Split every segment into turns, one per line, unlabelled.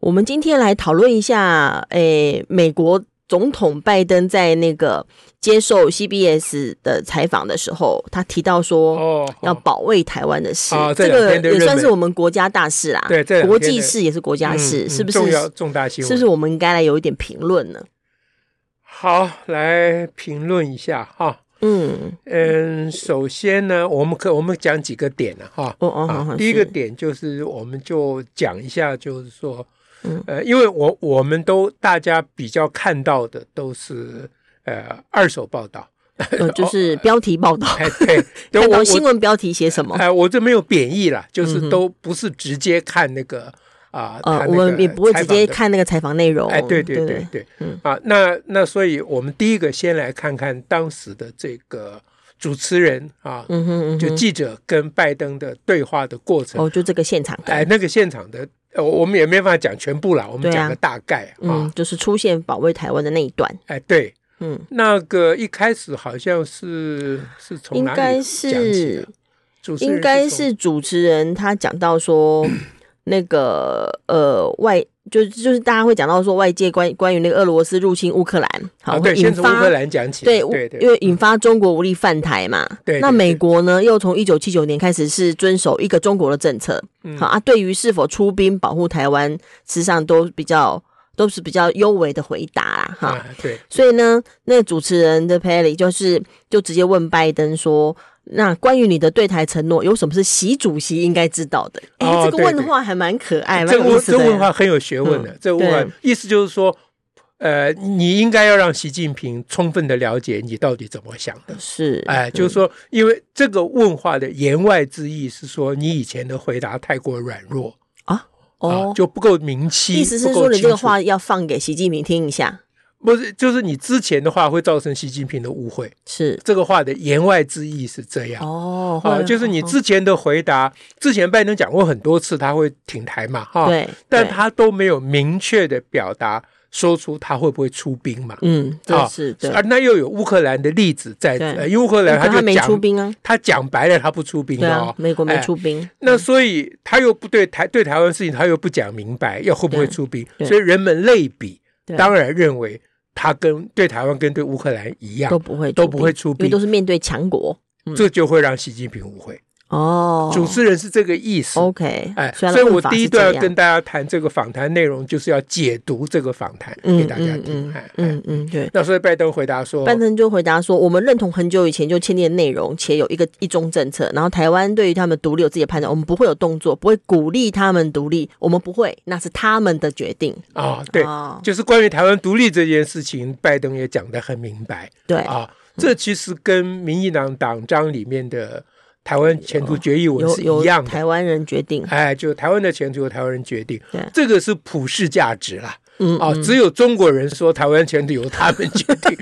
我们今天来讨论一下，诶，美国总统拜登在那个接受 CBS 的采访的时候，他提到说
哦，
要保卫台湾的事，
啊这
这
两
个
天的
也
热
算
门
是我们国家大事啦。
对这两天的
国际事也是国家事，
嗯
是不是？
重要重大新闻？
是不是我们应该来有一点评论呢？
好，来评论一下哈。
嗯，
嗯，首先呢，我们可我们讲几个点呢、哈。
哦哦，好
啊
好，
第一个
是
点就是，我们就讲一下，就是说
嗯，
呃，因为我我们都大家比较看到的都是呃二手报道，
呃，就是标题报道，
哎，对，哦 对
看
我
到新
我
闻标题写什 么？
哎，我这没有贬义啦，就
嗯哼
是都不是直接看那个啊，
呃
他，
我
那
们
个
也不会
采
直
访
接
的
看那个采访内容。
哎，对对
对
对，对，
嗯
啊，那那所以我们第一个先来看看当时的这个主持人啊，
嗯哼嗯哼，
就记者跟拜登的对话的过程。
哦，就这个现场
哎
感，，
那个现场的，呃，我们也没办法讲全部啦，我们
对啊
讲个大概啊。
嗯，就是出现保卫台湾的那一段，
哎，对，
嗯。
那个一开始好像是是从
应
哪
该
里讲起
是
的？主持人
应该
从
是主持人他讲到 说，那个呃外就就是大家会讲到说外界关关于那个俄罗斯入侵乌克兰，好、
啊，
会
对，
引
先从乌
发
克兰讲起。啊
对
对
因
对
为引发中国无力犯台嘛。
对对
那
对
美国呢又从一九七九年开始是遵守一个中国的政策，
嗯
好啊，对于是否出兵保护台湾，事实上都比较都是比较优为的回答啦，哈。
啊，对，
所以呢，那个主持人的 Perry 就是就直接问拜登说：“那关于你的对台承诺，有什么是习主席应该知道的？”哎、
哦
这个
对
问
对
话还蛮可爱，哎蛮
这个
有意
问
思
这
的
个
耶。
问话很有学问的。这个问
对
话意思就是说，呃，你应该要让习近平充分的了解你到底怎么想
嗯
的。
是，
哎，就是说，因为这个问话的言外之意是说，你以前的回答太过软弱，
哦
啊，，就不够明晰。
意思是
不够
说你这个
清楚
话要放给习近平听一下，
不是，就是你之前的话会造成习近平的误会。
是
这个话的言外之意是这样。
哦，
啊，
会
就是你
哦
之前的回答，之前拜登讲过很多次他会挺台嘛，哈，
对，
但
对
他都没有明确的表达说出他会不会出兵嘛，
嗯，这
啊
是对，
啊，那又有乌克兰的例子在，
对
呃因为乌克兰
可
他
他
就
没出
讲，
兵啊，
他讲白了他不出兵
对
的
啊
哦，，
美国没
哎
出兵，
那所以他又不对台对台湾事情，他又不讲明白，要会不会
对
出兵，
对
所以人们类比
对，
当然认为他跟对台湾跟对乌克兰一样
都，不会
都不会出
因为
兵
都，是面对强国
这就会让习近平误会。
哦。
主持人是这个意思。
OK，
哎，
虽
所
然
以我
问法
第一
是这
段要
样
跟大家谈这个访谈内容，就是要解读这个访谈给大家听。
嗯
哎，哎
嗯嗯嗯，对。
那所以拜登回答说，
拜登就回答说：“我们认同很久以前就签订的内容，且有一个一中政策。然后台湾对于他们独立有自己的判断，我们不会有动作，不会鼓励他们独立，我们不会，那是他们的决定。
啊，对，
哦
就是关于台湾独立这件事情，拜登也讲得很明白
对，
啊。这其实跟民进党党章里面的台湾前途决议文
由
是一
由
样的。
台湾人决定。
哎，就台湾的前途由台湾人决定
对，
这个是普世价值啦。
嗯，
啊，只有中国人说台湾前途由他们决 定，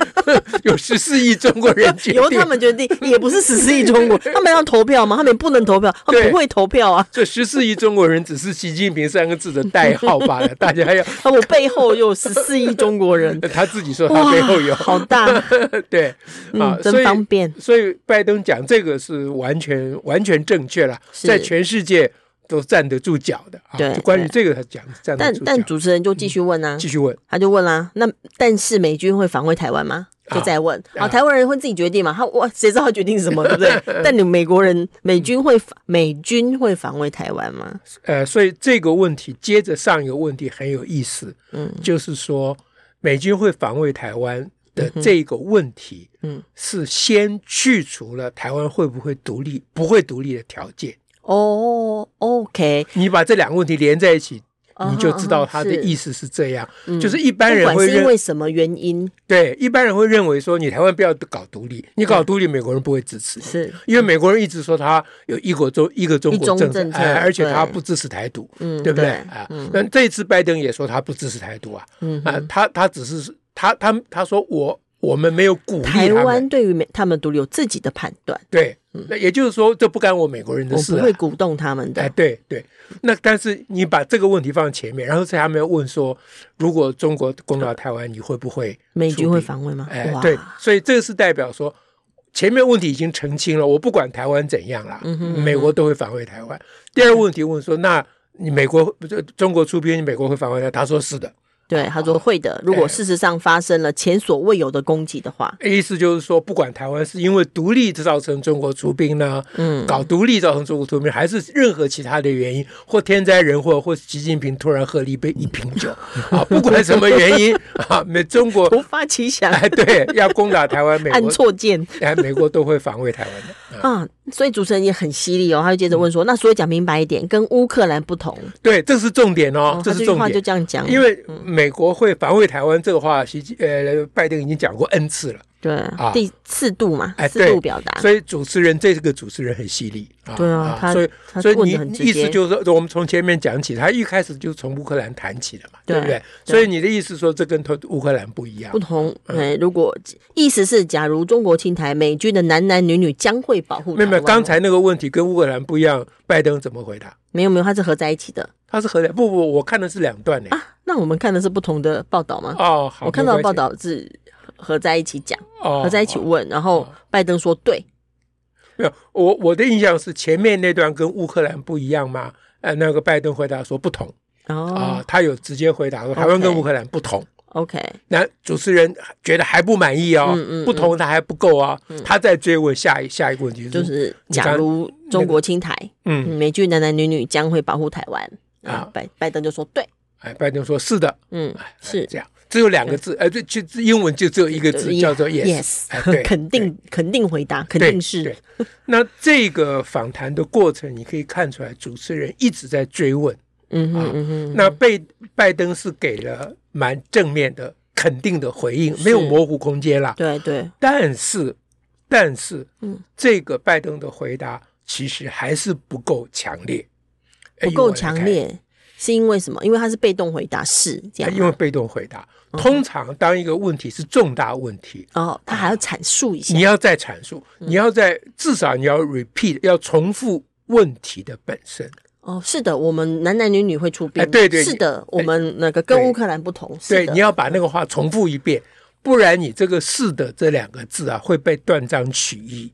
有十四亿中国人决定，
由他们决定，也不是十四亿中国，他们要投票吗？他们也不能投票，他们
对
不会投票 啊。
这十四亿中国人只是习近平三个字的代号罢了，大家要，
啊，我背后有十四亿中国人
他自己说 他背后有，
好大，
对 啊
嗯，，
所
真
以
方便。
所以拜登讲这个是完全完全正确了，
是
在全世界都站得住脚的啊。
对
就关于这个他讲站得
但
住
但
脚。
主持人就继续问啊，
继续问，
他就问啦、那但是美军会反回台湾吗？
啊
就再问，啊，
啊
台湾人会自己决定嘛？ 他哇，谁知道他决定什么，对不 对？但你美国人，美军会反美军会防卫台湾吗？
呃，所以这个问题接着上一个问题很有意思，
嗯，
就是说美军会防卫台湾的这个问题，
嗯，
是先去除了台湾会不会独立、不会独立的条件。
哦，OK，
你把这两个问题连在一起，
啊
你就知道他的
是
意思是这样。
嗯
就是一般
不
人
管
会
是因
认
为什么原因，
对一般人会认为说，你台湾不要搞独立，你搞独立，美国人不会支持你。
是
因为美国人一直说他有一国中一个中
一
国
中
政策，
政策
哎而且
对
他不支持台独，
嗯
对不对
对
啊？那这一次拜登也说他不支持台独啊，
嗯
啊，他他只是他他他说我我们没有鼓励
台
他
湾
们，
对于美他们独立有自己的判断，
对，那也就是说这不干我美国人的
我
事、
不
啊
会。鼓动他们
哎，
的。
对对，那但是你把这个问题放前面，然后在他们问说，如果中国攻打台湾，你会不会
美军
出
会
兵
防卫吗？
哎，
哇，
对，所以这个是代表说，前面问题已经澄清了，我不管台湾怎样啦，
嗯
美国都会防卫台湾。第二个问题问说，那你美国不是中国出兵，美国会防卫台湾？他说是的，
对，他说会的。如果
哎
事实上发生了前所未有的攻击的话，
意思就是说，不管台湾是因为独立造成中国出兵呢，
嗯，
搞独立造成中国出兵，还是任何其他的原因，或天灾人祸，或习近平突然喝了一杯一瓶酒啊，不管什么原因啊，美中国
突发奇想，
哎对要攻打台湾，美
按
国
错键
哎美国都会防卫台湾的。
啊！所以主持人也很犀利哦，他就接着问说：“
嗯
那所以讲明白一点，跟乌克兰不同，
对，这是重点哦，
哦
这
他
是
这句
重
话就
点。
这样讲，嗯
因为美国会防卫台湾这个话，习近呃拜登已经讲过 N 次了，
对、
啊
第四度嘛
哎，
四
对
度表达，
所以主持人这个主持人很犀利啊，
啊对啊他
所以
他
所以
问
你
的很直
意思
接，
就是说，我们从前面讲起，他一开始就从乌克兰谈起的嘛，对
对
不对？
对
所以你的意思说，这跟乌克兰不一样
不，同。
嗯
哎，如果意思是，假如中国侵台，美军的男男女女将会保护
没
台
有没有，
湾。哦
刚才那个问题跟乌克兰不一样，拜登怎么回答？
没有没有，它是合在一起的
他是合理，不不，我看的是两段呢。
啊。那我们看的是不同的报道吗？
哦，
啊
好，
我看到
没
的
关
报
系，
道是合合在一起讲，
哦
合在一起问，然后拜登说对，
没有，我我的印象是前面那段跟乌克兰不一样嘛。呃，那个拜登回答说不同啊、
哦
他有直接回答说台湾
OK
跟乌克兰不同。
，OK，
那主持人觉得还不满意哦，
嗯嗯嗯
不同他还不够啊、他再追问下一下一个问题、
就
就是，
是
你刚
假如中国侵台，
嗯，
美军男男女女将会保护台湾。
啊
啊，拜拜登就说对，
哎，拜登说是的，
嗯，
哎
是
这样，只有两个字，哎，这就英文就只有一个
就
字
是
叫做 yes，,
yes，
哎对
肯定肯定回答，肯定是
对。对那这个访谈的过程，你可以看出来主持人一直在追问。
嗯
啊
哼嗯哼，
那被拜登是给了蛮正面的、肯定的回应，没有模糊空间啦。
对对，
但是，但是，
嗯
这个拜登的回答其实还是不够强烈，哎
不够强烈，啊是因为什么？因为他是被动回答是这样
哎，因为
吗，
因为被动回答。
嗯
通常，当一个问题是重大问题，
哦，他还要阐述一下
你，要再阐述，
嗯
你要再至少你要 repeat，要重复问题的本身。
哦，是的，我们男男女女会出兵
哎，对对哎
是的，我们那个跟
对
乌克兰不同，是
对，
的
你，要把那个话重复一遍，不然你这个“是的”这两个字啊会被断章取义。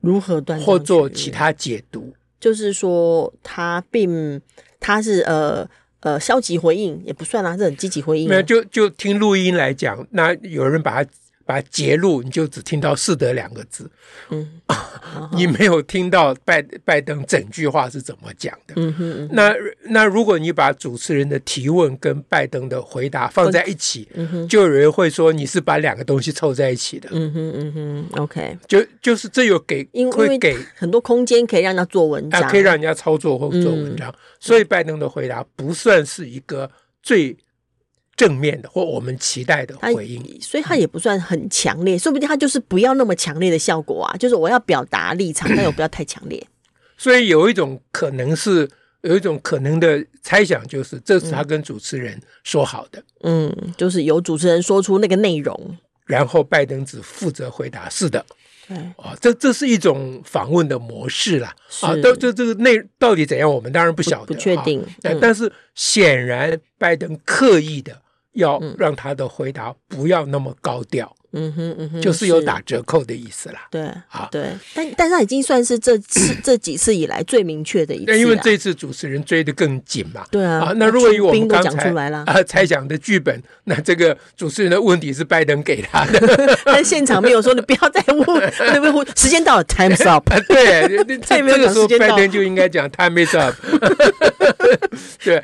如何断章
或做
取义
其他解读。
就是说他并他是呃呃消极回应也不算啦，这很积极回应啊
没有，就就听录音来讲，那有人把它把它截录，你就只听到“是的”两个字，
嗯，
你没有听到拜拜登整句话是怎么讲的。
嗯哼嗯
那那如果你把主持人的提问跟拜登的回答放在一起，就有人会说你是把两个东西凑在一起的，
嗯哼嗯哼，OK，
就就是这有给
因为因
会
为
给
很多空间可以让他做文
啊，
章，
可以让人家操作
嗯
或做文章。所以拜登的回答不算是一个最正面的或我们期待的
他
回应。
所以他也不算很强烈，说不定他就是不要那么强烈的效果啊，就是我要表达立场，但又不要太强烈。
所以有一种可能是，有一种可能的猜想就是，这是他跟主持人说好的，
嗯，就是由主持人说出那个内容。
然后拜登只负责回答是的。
对，
哦，这这是一种访问的模式啦，啊，
是
到这这个内到底怎样，我们当然不晓得，
不确
啊
定
但
嗯
但是显然，拜登刻意的要让他的回答不要那么高调，
嗯哼嗯哼，
就是有打折扣的意思啦。
对
啊
对，但但他已经算是这次这几次以来最明确的一次
那
啦，
因为这次主持人追得更紧嘛，
对啊
啊，那如果以我们
兵都
刚
讲
才
出来了，
啊猜想的剧本，那这个主持人的问题是拜登给他的，
但现场没有说你不要再问，对不对？时间到了，time's up。
啊 对，这这
再也没有
这个
讲
时候
时间
拜
到
登就应该讲 time is up，对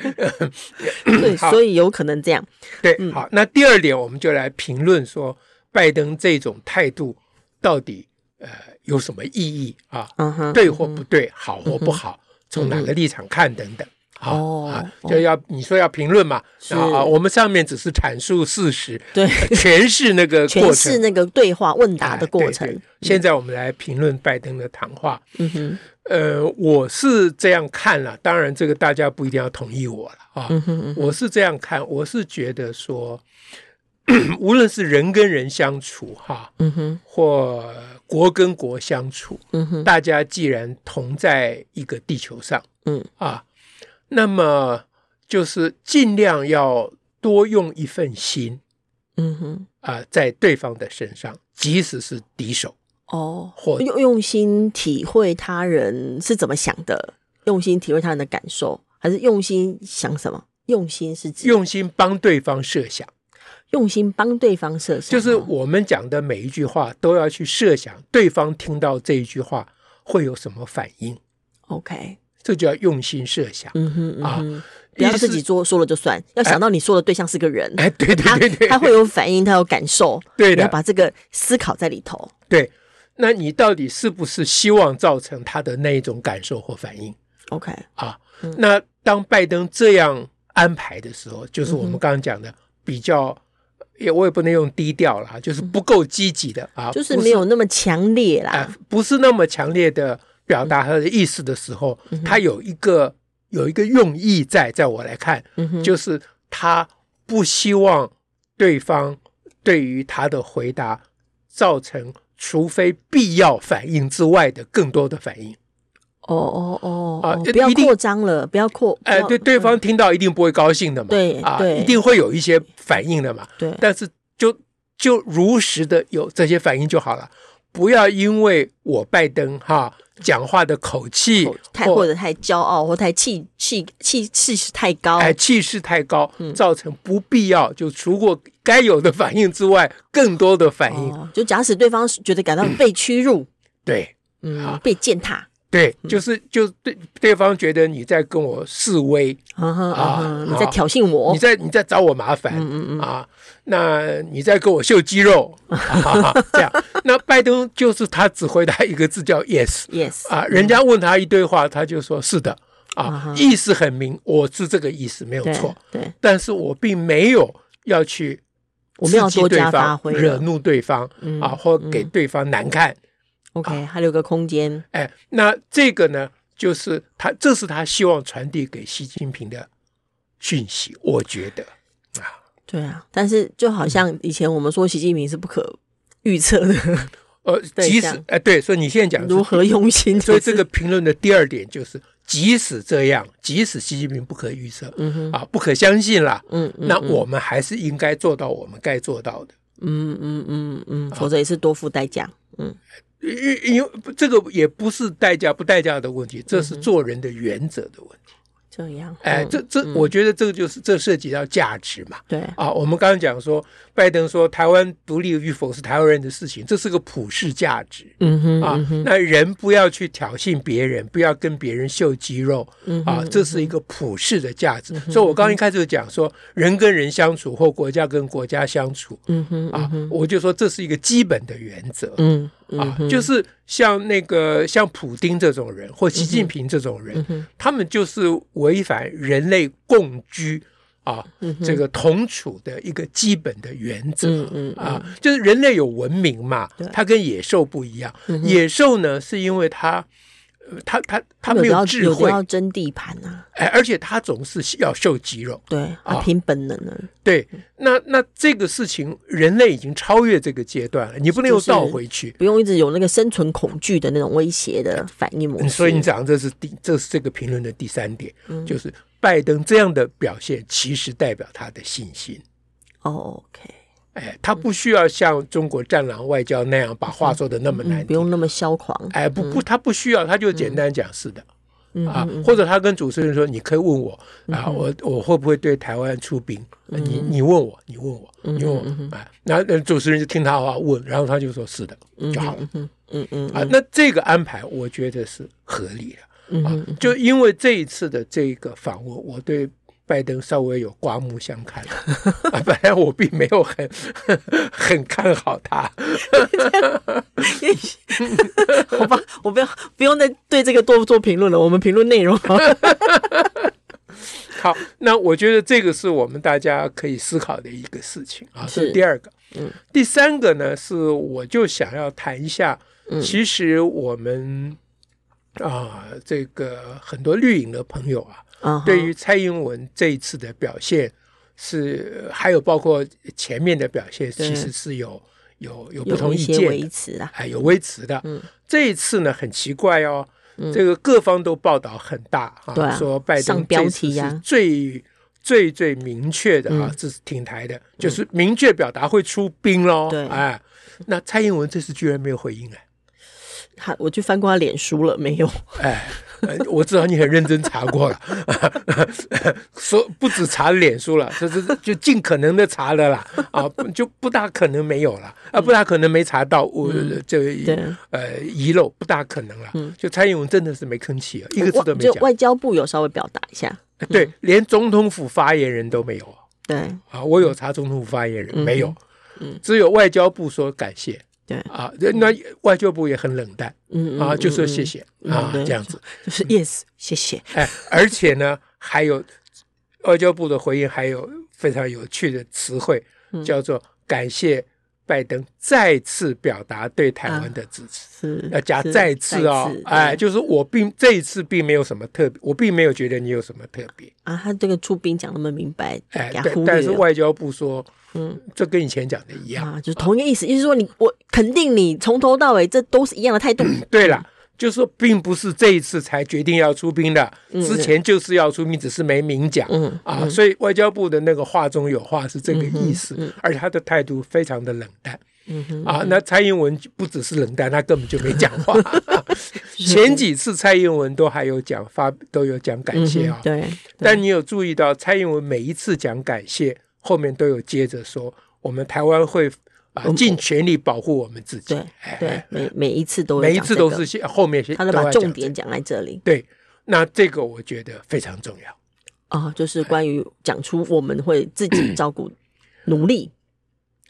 对，
好
所以有可能这样。
对，好，那第二点我们就来评论说拜登这种态度到底呃有什么意义啊，
嗯哼，嗯
对或不对，好或不好，从哪个立场看等等。啊
哦
啊，
哦
就要你说要评论嘛
是
啊啊，我们上面只是阐述事实，呃
对，
诠释那个
全
过
是
程。
那个对话问答的
哎
过
对
程
对。现在我们来评论拜登的谈话。
嗯哼，
呃，我是这样看了，当然这个大家不一定要同意我了啊。
嗯哼，嗯
我是这样看，我是觉得说， 无论是人跟人相处哈，
嗯哼，
或国跟国相处，
嗯哼，
大家既然同在一个地球上，
嗯
啊，那么就是尽量要多用一份心
嗯哼，
啊、在对方的身上，即使是敌手。
哦
或，
用用心体会他人是怎么想的，用心体会他人的感受，还是用心想什么？用心是指
用心帮对方设想，
啊用心帮对方设想
就
吗，
是我们讲的每一句话都要去设想对方听到这一句话会有什么反应，
OK，
这就叫用心设想。
嗯哼，嗯
啊
哼，不要
意思
自己做说了就算，要想到你说的对象是个人，
哎， 对对
他
对对，
他会有反应，他有感受，
对
你要
的，
把这个思考在里头。
对。那你到底是不是希望造成他的那一种感受或反应
OK，
啊？那当拜登这样安排的时候，就是我们刚刚讲的比较，也我也不能用低调了哈，就是不够积极的啊，
嗯就是
不
没有那啊么强烈
哎
啦，，
不是那么强烈的表达他的意思的时候，
嗯
他有一个有一个用意在，在我来看，
嗯哼，
就是他不希望对方对于他的回答造成，除非必要反应之外的更多的反应。
哦哦哦，
啊
哦
一
不要
一定
扩张了，不要扩，
哎、
不要嗯
对，对方听到一定不会高兴的嘛，
对
啊，
对
一定会有一些反应的嘛。
对，
但是就就如实的有这些反应就好了，不要因为我拜登哈讲话的口气
口太或
者
者太骄傲或太气气气气势太高，哦嗯
哎气势太高，造成不必要就除过该有的反应之外更多的反应，
哦，就假使对方觉得感到被屈辱，
对。
嗯
啊，
被践踏，
对，就是就对对方觉得你在跟我示威，
啊哈啊哈
啊，
你在挑衅我
你，在你在找我麻烦，
哦嗯嗯嗯，
啊，那你在跟我秀肌 肉，啊、这样。那拜登就是他只回答一个字叫 yes，
，yes，
啊，人家问他一堆话，他就说是的，
啊
啊
哈，
意思很明，我是这个意思，没有
对
错。
对，
但是我并没有要去
我们要
刺激
多
对
加
方
发挥了
惹怒对方
嗯
啊，或给对方难看。啊
，OK，还留个空间，
哎，那这个呢，就是他，这是他希望传递给习近平的讯息，我觉得。
对啊，但是就好像以前我们说习近平是不可预测 的，
呃，
对
即
这
使
样
哎，对，所以你现在讲的
如
是
何用 心，
所以这个评论的第二点就是，即使这样，即使习近平不可预测，
嗯哼
啊，不可相信啦，
嗯嗯
那我们还是应该做到我们该做到的。
嗯嗯嗯嗯，
哦
否则也是多付代价，嗯，
因因为这个也不是代价不代价的问题，这是做人的原则的问题。
这样，
哎，
嗯
这这，我觉得这个就是这涉及到价值嘛。
对，
啊，我们刚刚讲说，拜登说台湾独立与否是台湾人的事情，这是个普世价值。
嗯哼
啊
嗯，哼
那人不要去挑衅别人，不要跟别人秀肌肉
嗯
啊
哼，嗯
这是一个普世的价值。所以我刚一开始就讲说，人跟人相处或国家跟国家相处
嗯哼
啊
嗯哼，
我就说这是一个基本的原则
嗯嗯
啊
哼，
就是像那个像普丁这种人或习近平这种人，
嗯哼
他们就是违反人类共居啊
嗯哼
这个同处的一个基本的原则。
嗯嗯
啊，就是人类有文明嘛
对，
它跟野兽不一样。
嗯哼
野兽呢，是因为它，呃它它它
他们
没
有的
有
要
智
有的
慧，
要争地盘啊，
哎，而且它总是要秀肌肉。
对，他
啊
凭本能的，
对，
嗯
那那这个事情，人类已经超越这个阶段了，你不能又
就是
倒回去。
不用一直有那个生存恐惧的那种威胁的反应模
嗯
式。
所以你讲这是第，这是这个评论的第三点，
嗯
就是拜登这样的表现，其实代表他的信心。
哦，OK，
哎，他不需要像中国战狼外交那样把话说的那么难
嗯，
听
不。用那么嚣狂。
哎，不不，他不需要，他就简单讲是的、
嗯
啊，或者他跟主持人说，你可以问我啊，我我会不会对台湾出兵？呃你
嗯
你问我，你问我，你问我啊，然后呃主持人就听他话问，然后他就说是的就好了
嗯嗯嗯
啊。那这个安排我觉得是合理
嗯
的 啊，就因为这一次的这个访问，我对。拜登稍微有刮目相看、 啊，本来我并没有很 很看好他，
好 吧，我不要不用再对这个多做评论了，我们评论内容好了。
好，那我觉得这个是我们大家可以思考的一个事情啊，
是
这是第二个。
嗯，
第三个呢，是我就想要谈一下，
嗯
其实我们啊、这个很多绿营的朋友啊，
啊哈，
对于蔡英文这一次的表现是，还有包括前面的表现，
对
其实是有有有不
有
同
一
意
些啊
见
维
的，
持啦，
哎，有微词的。
嗯
这一次呢，很奇怪哦，这个各方都报道很大啊，
对啊
说拜
上
登
标
这
题啊嗯
次
呀
是最、最最明确的啊，这是挺台的，就是明确表达会出兵喽。
嗯对
哎，那蔡英文这次居然没有回应哎，
他我去翻过他脸书了，没有，
哎。呃我知道你很认真查过了， 说不止查脸书了，这这这就尽可能的查了啦，啊，不就不大可能没有了，啊，不大可能没查到，我、这个
嗯对，嗯
呃遗漏不大可能了。就蔡英文真的是没吭气啊，一个字都
外
没
就
讲。
外交部有稍微表达一下，
呃对，连总统府发言人都没有啊
对
啊！我有查总统府发言人，
嗯
没有
嗯，
只有外交部说感谢。
对
啊，那外交部也很冷淡
嗯
啊，就说
是
谢，谢
嗯
啊，
对
这样子。
就是 yes，谢谢，
哎，而且呢，还有外交部的回应，还有非常有趣的词汇，
嗯
叫做感谢拜登再次表达对台湾的支持。
是
要加
啊是
再次哦，
再次
哎，
对
就是我并这一次并没有什么特别，我并没有觉得你有什么特别，
啊，他这个出兵讲那么明白，
哎，
给他
但
忽
但
略
是
了。
外交部说，
嗯
嗯，这跟以前讲的一样。
啊，就是同一个意思，就是说你我肯定你从头到尾这都是一样的态度，嗯
对了，就是说并不是这一次才决定要出兵的，之前就是要出兵，只是没明讲
嗯嗯
啊。所以外交部的那个话中有话是这个意思，而且他的态度非常的冷淡。啊，那蔡英文不只是冷淡，他根本就没讲 话。 前几次蔡英文都还有讲发，都有讲感谢啊
嗯哼。对，
但你有注意到，蔡英文每一次讲感谢，后面都有接着说，我们台湾会啊尽全力保护我们自己。
嗯对
哎
对，每每一次都有
每一
讲
次
这
都
个
是，先后面先
他都把
要讲
重
这个
点讲在这里
对，那这个我觉得非常重要。嗯
啊，就是
哎
关于讲出我们会自己照 顾奴隶，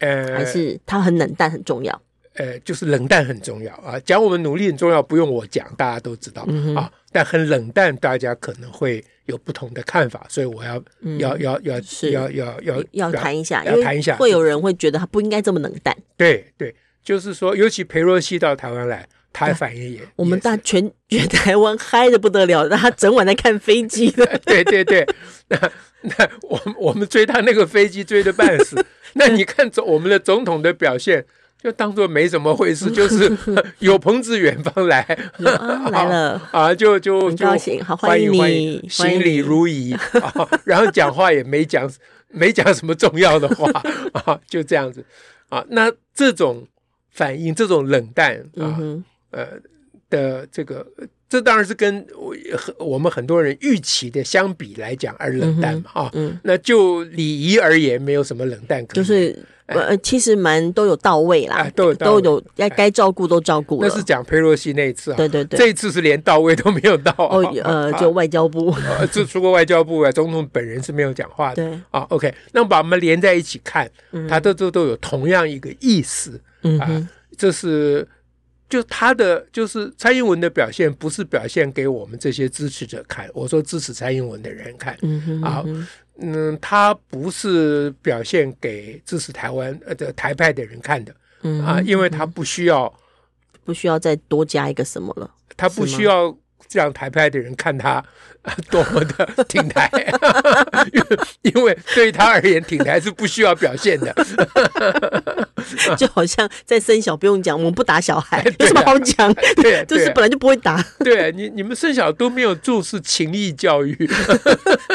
还
呃
是他很冷淡很重要，
呃，就是冷淡很重要啊，讲我们努力很重要，不用我讲，大家都知道、
嗯
啊。但很冷淡，大家可能会有不同的看法，所以我要、
嗯
要要要
是
要要要
要谈一下，
要
因为
谈一下
会有人会觉得他不应该这么冷淡，
对对，就是说，尤其裴若曦到台湾来，她的反应也
我们
也
大
是
全全台湾嗨的不得了，他整晚在看飞机 的，
对对对，那那我们我们追他那个飞机追的半 死，那你看总我们的总统的表现，就当做没怎么 回事，就是有朋自远方来
啊来了，
啊，就就
很
就
高兴好
欢
欢迎
欢
你
迎
欢迎
行礼
你
如仪啊，然后讲话也没讲 没讲什么重要的话 啊，就这样子啊，那这种反应，这种冷淡
嗯
啊，
哼，
呃的这个，这当然是跟我很我们很多人预期的相比来讲而冷淡嘛啊。
嗯
那就礼仪而言，没有什么冷淡
就
可言，
是呃，其实蛮都有到位啦
哎，都有到
都
位
有该该照顾都照顾
那
了，
是讲佩洛西那一次啊。
对对对。
这一次是连到位都没有到啊、
哦， 呃，就外交部，
啊这除过外交部啊，总统本人是没有讲话的
对，
啊。OK，那把我们连在一起看，他都都都有同样一个意思
嗯
啊
哼，。
这是就他的就是蔡英文的表现，不是表现给我们这些支持者看，我说支持蔡英文的人看，
嗯哼，
啊
嗯哼
嗯，他不是表现给支持台湾呃的台派的人看的
嗯
啊，
哼
因为他不需要，
不需要再多加一个什么 了，
他不需要让台派的人看他 啊多么的挺台， 因为因为对于他而言，挺台是不需要表 现的。
就好像在生小不用讲，我们不打小孩，有
对
什么
啊
好讲？
对啊
就是
对啊
本来就不会 打，
对你你们甚小都没有重视情谊教 育，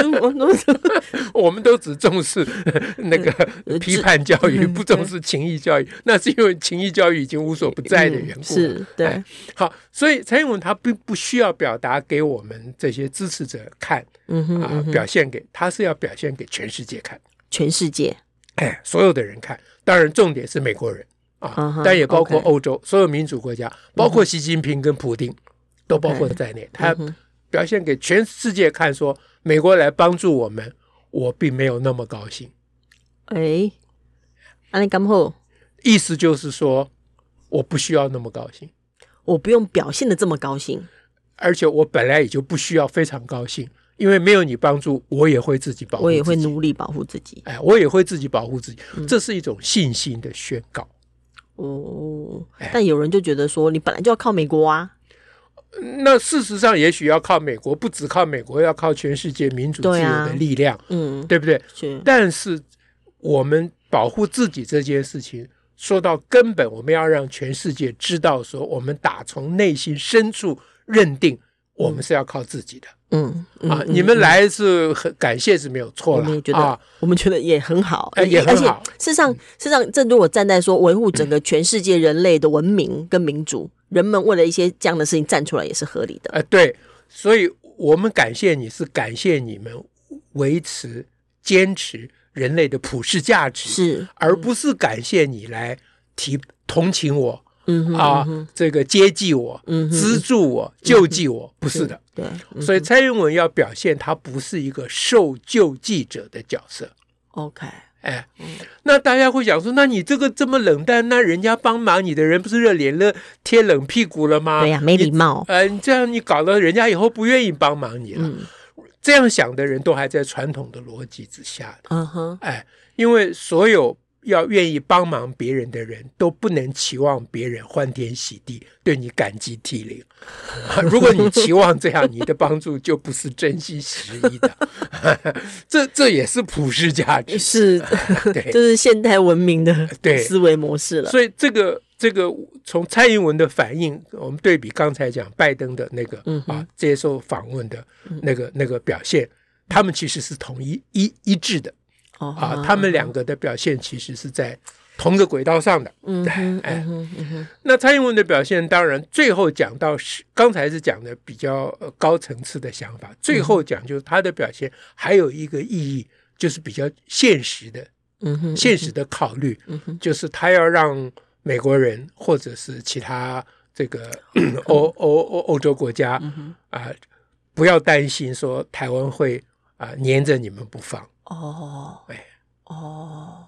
嗯我我
我们都只重视呃那
呃
个批判教
嗯
育，不重视情谊教育。那是因为情谊教育已经无所不在的缘故。
嗯是对
哎，好，所以蔡英文他并不需要表达给我们这些支持者看
嗯哼，
啊、表现给他是要表现给全世界看，
全世界
哎，所有的人看。当然，重点是美国人
嗯
啊
哼，
但也包括
OK 嗯
欧洲所有民主国家，包括习近平跟普丁，都包括在内。他表现给全世界看，说美国来帮助我们，我并没有那么高兴。
哎，安利干后，
意思就是说，我不需要那么高兴，
我不用表现的这么高兴，
而且我本来也就不需要非常高兴，因为没有你帮助，我也会自己保护，
我也会，努力嗯保护自己。
哎，我也会自己保护自己，这是一种信心的宣告。
哦，
哎
但有人就觉得说，你本来就要靠美国啊，
嗯那事实上，也许要靠美国，不只靠美国，要靠全世界民主自
对
由
啊
的力量，
嗯，
对不对？
是，
但是我们保护自己这件事情，说到根本，我们要让全世界知道，说我们打从内心深处认定我们是要靠自己的、
嗯嗯
啊。
嗯
你们来是很感谢是没有错
我
了
们也觉得，
啊，
我们觉得也很好，
哎也很
而且
好
事实上，事实上，这如果站在说维护整个全世界人类的文明跟民主，人们为了一些这样的事情站出来也是合理的。
呃，对，所以我们感谢你是感谢你们维持坚持人类的普世价值，
是，
而不是感谢你来提同情我
嗯哼，
啊，这个接济我、
嗯哼，
资助我、救济我，不是的。
对，嗯
所以蔡英文要表现他不是一个受救济者的角色。
，OK，
哎，
嗯
那大家会想说，那你这个这么冷淡，那人家帮忙你的人不是热脸了、贴冷屁股了吗？
对呀，没礼貌，
呃，你这样你搞得人家以后不愿意帮忙你了。
嗯
这样想的人都还在传统的逻辑之下的，
嗯哼，
哎，因为所有要愿意帮忙别人的人都不能期望别人欢天喜地对你感激涕零。 如果你期望这样，你的帮助就不是真心实意的， 这这也是普世价 值。
是，
对
这是现代文明的
哎对
思维模式了。
所以这个这个从蔡英文的反应，我们对比刚才讲拜登的那个、
嗯哼嗯
啊接受访问的那个、那个表现，他们其实是统一一一致的
哦
啊，他们两个的表现其实是在同个轨道上的。
嗯哼，
哎
嗯哼，嗯哼，
那蔡英文的表现，当然最后讲到是刚才是讲的比较呃高层次的想法，最后讲就是他的表现还有一个意义，就是比较现实的
嗯哼，
现实的考虑，
嗯哼，
就是他要让美国人或者是其他 这个欧欧欧欧洲国家
嗯哼，
啊、不要担心说台湾会啊、黏着你们不放。
哦
哎，
哦，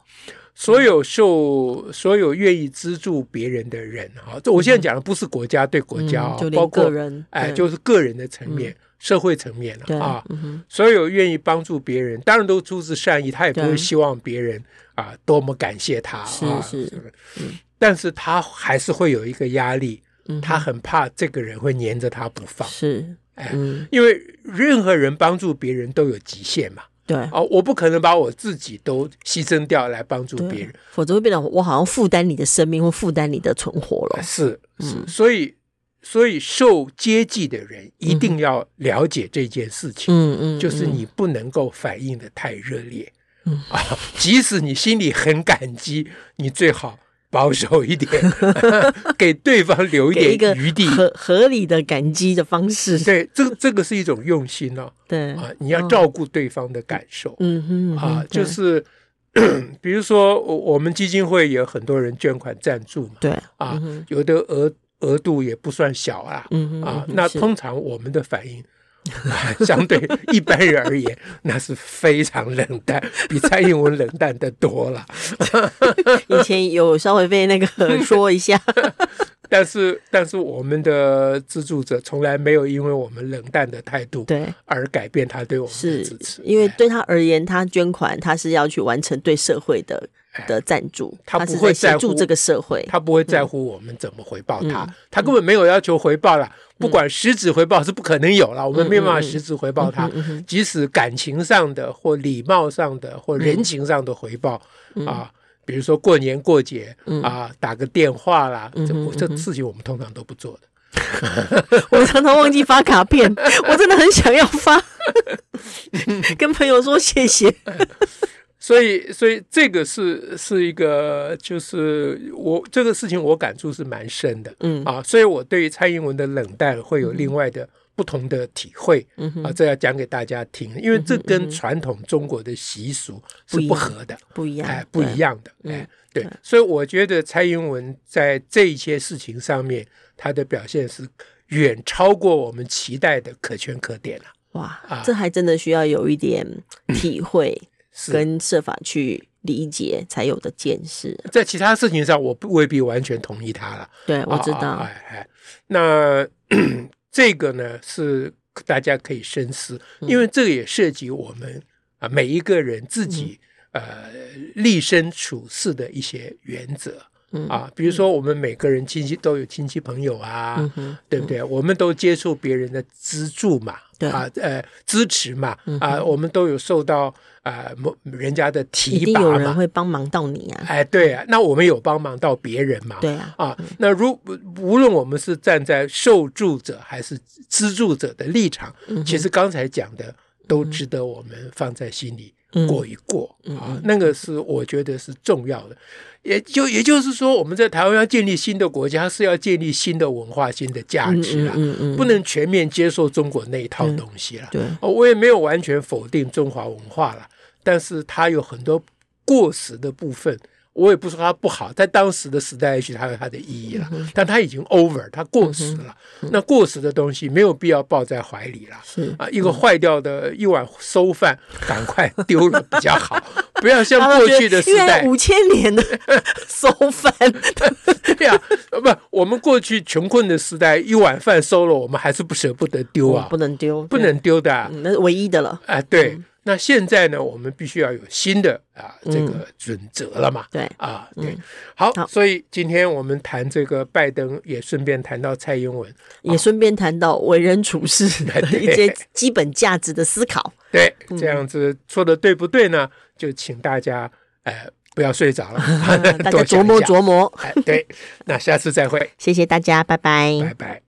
所有受所有愿意资助别人的人哈，这我现在讲的不是国家对国家、
嗯
啊，
就
包
连
括
个人，
哎，
对嗯
就是个人的层面、社会层面
对
了啊。
嗯哼，
所有愿意帮助别人，当然都出自善意，他也不
对
会希望别人啊多么感谢他
是
啊。
是
什么
嗯
但是他还是会有一个压力，
嗯哼
他很怕这个人会黏着他不放，
是，
哎
嗯，
因为任何人帮助别人都有极限嘛。
对。
啊，我不可能把我自己都牺牲掉来帮助
对
别人，
否则会变得我好像负担你的生命，或负担你的存活了。
是，
嗯
是，所以，所以受接济的人一定要了解这件事情，
嗯嗯，
就是
嗯
你不能够反应的太热烈，
嗯
啊，即使你心里很感激，你最好保守一点， 给对方留
给
一
一个
点余地。
合合理的感激的方式。
对，这个这个是一种用心哦，
对，
啊，你要照顾对方的感受
嗯哼嗯哼
啊，就
对
是。 比如说，我我们基金会也有很多人捐款赞助嘛，
对，
啊
嗯哼，
有的额额度也不算小啊，
嗯哼
啊
嗯，哼
那
是
通常我们的反应。啊相对一般人而言，那是非常冷淡，比蔡英文冷淡的多了。
以前有稍微被那个说一下，
但是，但是我们的资助者从来没有因为我们冷淡的态度
对，
而改变他对我们的支
是
持，
因为
哎
对他而言，他捐款他是要去完成对社会的
哎
的赞助，
他
他
不
是
会
在协
在
助
乎
这个社会。
他不会在乎我们怎么回报他，
嗯
他根本没有要求回报了。不管实质回报是不可能有了，我们没有办法实质回报他。
嗯哼，
即使感情上的或礼貌上的或人情上的回报、
嗯
啊，比如说过年过节、啊，打个电话啦，
嗯
这
哼
这事情我们通常都不做的。
我常常忘记发卡 片，我真的很想要发，跟朋友说谢谢。
所以，所以这个是是一个，就是我这个事情我感触是蛮深的
嗯
啊，所以我对于蔡英文的冷淡会有另外的不同的体会
嗯哼，嗯
啊，这要讲给大家听，因为这跟传统中国的习俗是
不一
不
样
合的。
不一样，
哎，不一
对。嗯
样的，哎，对，所以我觉得蔡英文在这一些事情上面，他的表现是远超过我们期待的可圈可点了、
哇
啊，嗯
这还真的需要有一点体会
是
跟设法去理解才有的见识。
在其他事情上，我不未必完全同意他了。
对，我知
啊
道
啊，哎哎，那这个呢是大家可以深思，因
嗯
为这个也涉及我们啊每一个人自己
嗯
呃立身处世的一些原则。
嗯
啊，比如说我们每个人亲戚都有亲戚朋友啊，
嗯哼
对不对？我们都接受别人的资助嘛，
对嗯
啊，呃，支持嘛，啊，我们都有受到啊某人家的
一
提
定
拔
有人
嘛，
会帮忙到你啊，
哎，对啊，那我们有帮忙到别人嘛，
对啊，
啊，那如无论我们是站在受助者还是资助者的立场，
嗯
其实刚才讲的都值得我们放在心里
嗯
过一过、啊，那个是我觉得是重要的。也就也就是说，我们在台湾要建立新的国家，是要建立新的文化、新的价
嗯
值
嗯
啊，
嗯嗯，
不能全面接受中国那一套东西了。
对，
哦，我也没有完全否定中华文化了，但是它有很多过时的部分。我也不说它不好，在当时的时代，也许它有它的意义了，
嗯
但它已经 over，它过时了。那过时的东西没有必要抱在怀里了。
是。嗯
啊，一个坏掉的一碗馊饭，赶快丢了比 较好，不要像
他们
过
觉得
去的时
因为
代，
五千年 的收饭，
对呀、不，我们过去穷困的时代，一碗饭收了，我们还是不舍不得丢啊，
不能丢，
不能丢的、啊。
嗯，那是唯一的了。
啊，对。
嗯
那现在呢，我们必须要有新的啊这个准则了嘛。
对，
啊，对，好，
嗯好
所以今天我们谈这个拜登，也顺便谈到蔡英文，
也顺便谈到为人处事的
哦对
一些基本价值的思 考。
对，
嗯
这样子说的对不对呢？就请大家呃不要 睡着了，
嗯大家
多想
琢
一
磨
下。
琢磨，
哎，对，那下次再会，
谢谢大家，拜拜
拜拜。